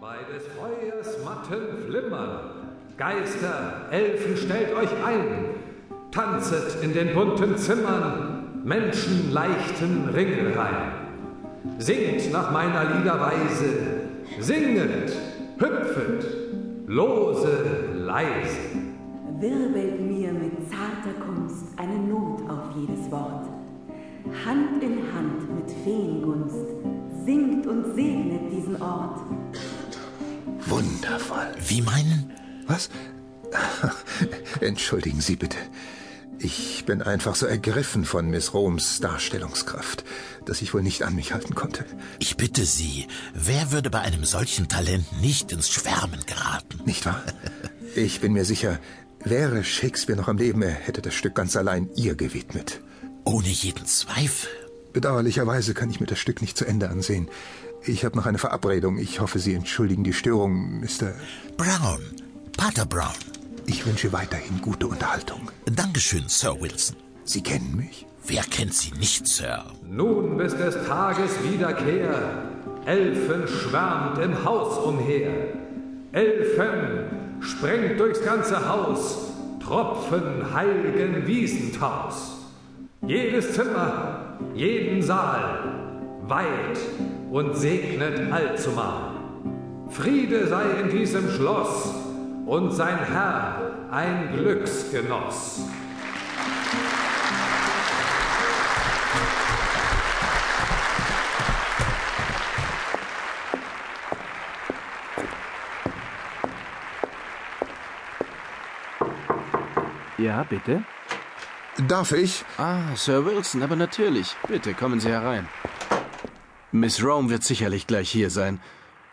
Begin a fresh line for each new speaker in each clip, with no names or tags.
Bei des Feuers matten Flimmern, Geister, Elfen, stellt euch ein, tanzet in den bunten Zimmern, Menschen leichten Ringelrein. Singt nach meiner Liederweise, singet, hüpfet, lose, leise.
wirbelt mir mit zarter Kunst eine Not auf jedes Wort. Hand in Hand mit Feengunst singt und segnet diesen Ort.
Wundervoll.
Wie meinen?
Was? Entschuldigen Sie bitte. Ich bin einfach so ergriffen von Miss Roms Darstellungskraft, dass ich wohl nicht an mich halten konnte.
Ich bitte Sie, wer würde bei einem solchen Talent nicht ins Schwärmen geraten?
Nicht wahr? Ich bin mir sicher, wäre Shakespeare noch am Leben, er hätte das Stück ganz allein ihr gewidmet.
Ohne jeden Zweifel.
Bedauerlicherweise kann ich mir das Stück nicht zu Ende ansehen. Ich habe noch eine Verabredung. Ich hoffe, Sie entschuldigen die Störung, Mr.
Brown, Pater Brown.
Ich wünsche weiterhin gute Unterhaltung.
Dankeschön, Sir Wilson.
Sie kennen mich?
Wer kennt Sie nicht, Sir?
Nun bis des Tages Wiederkehr, Elfen schwärmt im Haus umher. Elfen sprengt durchs ganze Haus, Tropfen heilgen Wiesentaus. Jedes Zimmer, jeden Saal, weit und segnet allzumal. Friede sei in diesem Schloss und sein Herr ein Glücksgenoss.
Ja, bitte?
Darf ich?
Ah, Sir Wilson, aber natürlich. Bitte kommen Sie herein. Miss Rome wird sicherlich gleich hier sein.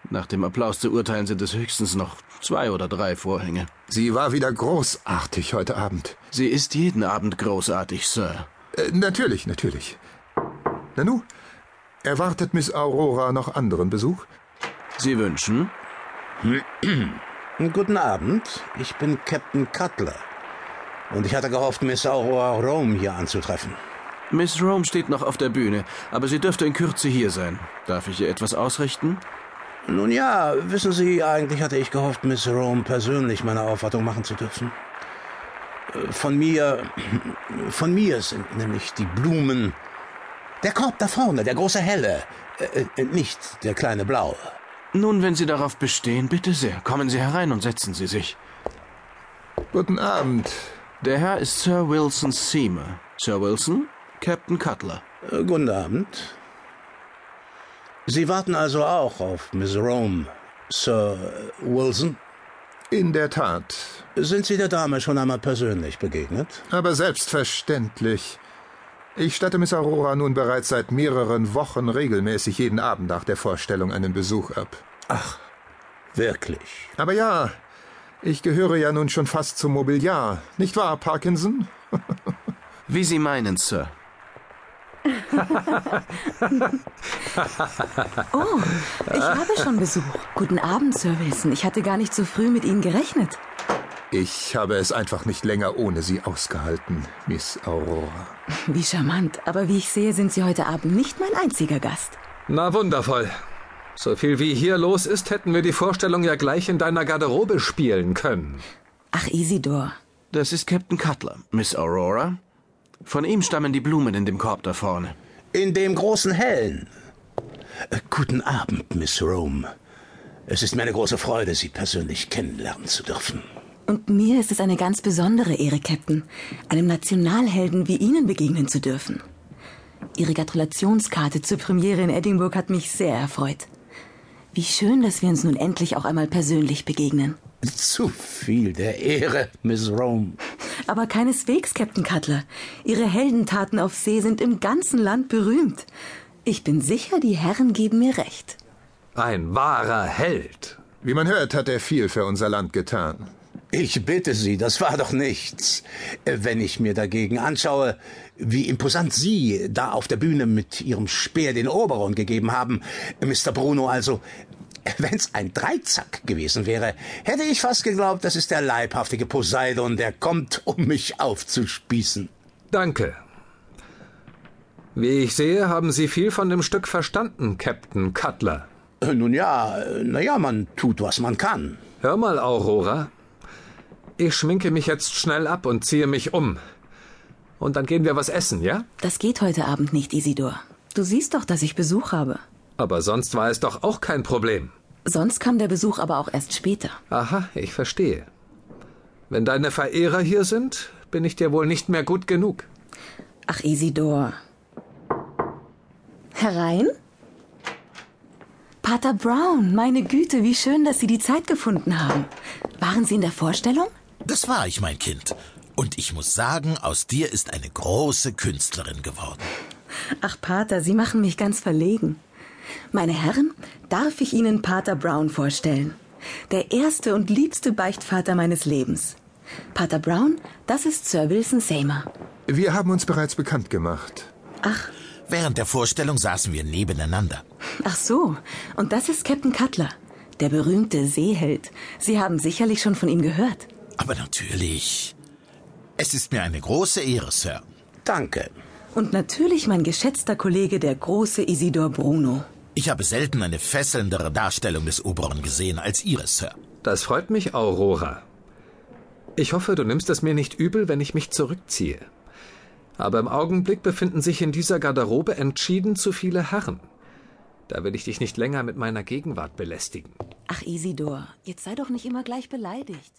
Nach dem Applaus zu urteilen sind es höchstens noch zwei oder drei Vorhänge.
Sie war wieder großartig heute Abend.
Sie ist jeden Abend großartig, Sir.
Äh, natürlich, natürlich. Nanu, erwartet Miss Aurora noch anderen Besuch?
Sie wünschen?
Guten Abend, ich bin Captain Cutler. Und ich hatte gehofft, Miss Aurora Rome hier anzutreffen.
Miss Rome steht noch auf der Bühne, aber sie dürfte in Kürze hier sein. Darf ich ihr etwas ausrichten?
Nun ja, wissen Sie, eigentlich hatte ich gehofft, Miss Rome persönlich meine Aufwartung machen zu dürfen. Äh, Von mir, von mir sind nämlich die Blumen. Der Korb da vorne, der große helle, äh, äh, nicht der kleine blaue.
Nun, wenn Sie darauf bestehen, bitte sehr, kommen Sie herein und setzen Sie sich.
Guten Abend.
Der Herr ist Sir Wilson Seymour. Sir Wilson, Captain Cutler.
Äh, Guten Abend. Sie warten also auch auf Miss Rome, Sir Wilson?
In der Tat.
Sind Sie der Dame schon einmal persönlich begegnet?
Aber selbstverständlich. Ich statte Miss Aurora nun bereits seit mehreren Wochen regelmäßig jeden Abend nach der Vorstellung einen Besuch ab.
Wirklich?
Aber ja, ich gehöre ja nun schon fast zum Mobiliar. Nicht wahr, Parkinson?
Wie Sie meinen, Sir.
Oh, ich habe schon Besuch. Guten Abend, Sir Wilson. Ich hatte gar nicht so früh mit Ihnen gerechnet.
Ich habe es einfach nicht länger ohne Sie ausgehalten, Miss Aurora.
Wie charmant. Aber wie ich sehe, sind Sie heute Abend nicht mein einziger Gast.
Na wundervoll. So viel wie hier los ist, hätten wir die Vorstellung ja gleich in deiner Garderobe spielen können.
Ach, Isidor.
Das ist Captain Cutler, Miss Aurora. Von ihm stammen die Blumen in dem Korb da vorne.
In dem großen Hellen. Äh, Guten Abend, Miss Rome. Es ist mir eine große Freude, Sie persönlich kennenlernen zu dürfen.
Und mir ist es eine ganz besondere Ehre, Captain, einem Nationalhelden wie Ihnen begegnen zu dürfen. Ihre Gratulationskarte zur Premiere in Edinburgh hat mich sehr erfreut. Wie schön, dass wir uns nun endlich auch einmal persönlich begegnen.
Zu viel der Ehre, Miss Rome.
Aber keineswegs, Captain Cutler. Ihre Heldentaten auf See sind im ganzen Land berühmt. Ich bin sicher, die Herren geben mir recht.
Ein wahrer Held.
Wie man hört, hat er viel für unser Land getan.
Ich bitte Sie, das war doch nichts. Äh, Wenn ich mir dagegen anschaue, wie imposant Sie da auf der Bühne mit Ihrem Speer den Oberon gegeben haben, Mr. Bruno, also, wenn's ein Dreizack gewesen wäre, hätte ich fast geglaubt, das ist der leibhaftige Poseidon, der kommt, um mich aufzuspießen.
Danke. Wie ich sehe, haben Sie viel von dem Stück verstanden, Captain Cutler.
Äh, Nun ja, naja, man tut, was man kann.
Hör mal, Aurora. Ich schminke mich jetzt schnell ab und ziehe mich um. Und dann gehen wir was essen, ja?
Das geht heute Abend nicht, Isidor. Du siehst doch, dass ich Besuch habe.
Aber sonst war es doch auch kein Problem.
Sonst kam der Besuch aber auch erst später.
Aha, ich verstehe. Wenn deine Verehrer hier sind, bin ich dir wohl nicht mehr gut genug.
Ach, Isidor. Herein? Pater Brown, meine Güte, wie schön, dass Sie die Zeit gefunden haben. Waren Sie in der Vorstellung?
Das war ich, mein Kind. Und ich muss sagen, aus dir ist eine große Künstlerin geworden.
Ach, Pater, Sie machen mich ganz verlegen. Meine Herren, darf ich Ihnen Pater Brown vorstellen? Der erste und liebste Beichtvater meines Lebens. Pater Brown, das ist Sir Wilson Seymour.
Wir haben uns bereits bekannt gemacht.
Ach,
Während der Vorstellung saßen wir nebeneinander.
ach so. Und das ist Captain Cutler, der berühmte Seeheld. Sie haben sicherlich schon von ihm gehört.
Aber natürlich. Es ist mir eine große Ehre, Sir.
Danke.
Und natürlich mein geschätzter Kollege, der große Isidor Bruno.
Ich habe selten eine fesselndere Darstellung des Oberon gesehen als Ihre, Sir.
Das freut mich, Aurora. Ich hoffe, du nimmst es mir nicht übel, wenn ich mich zurückziehe. Aber im Augenblick befinden sich in dieser Garderobe entschieden zu viele Herren. Da will ich dich nicht länger mit meiner Gegenwart belästigen.
Ach, Isidor, jetzt sei doch nicht immer gleich beleidigt.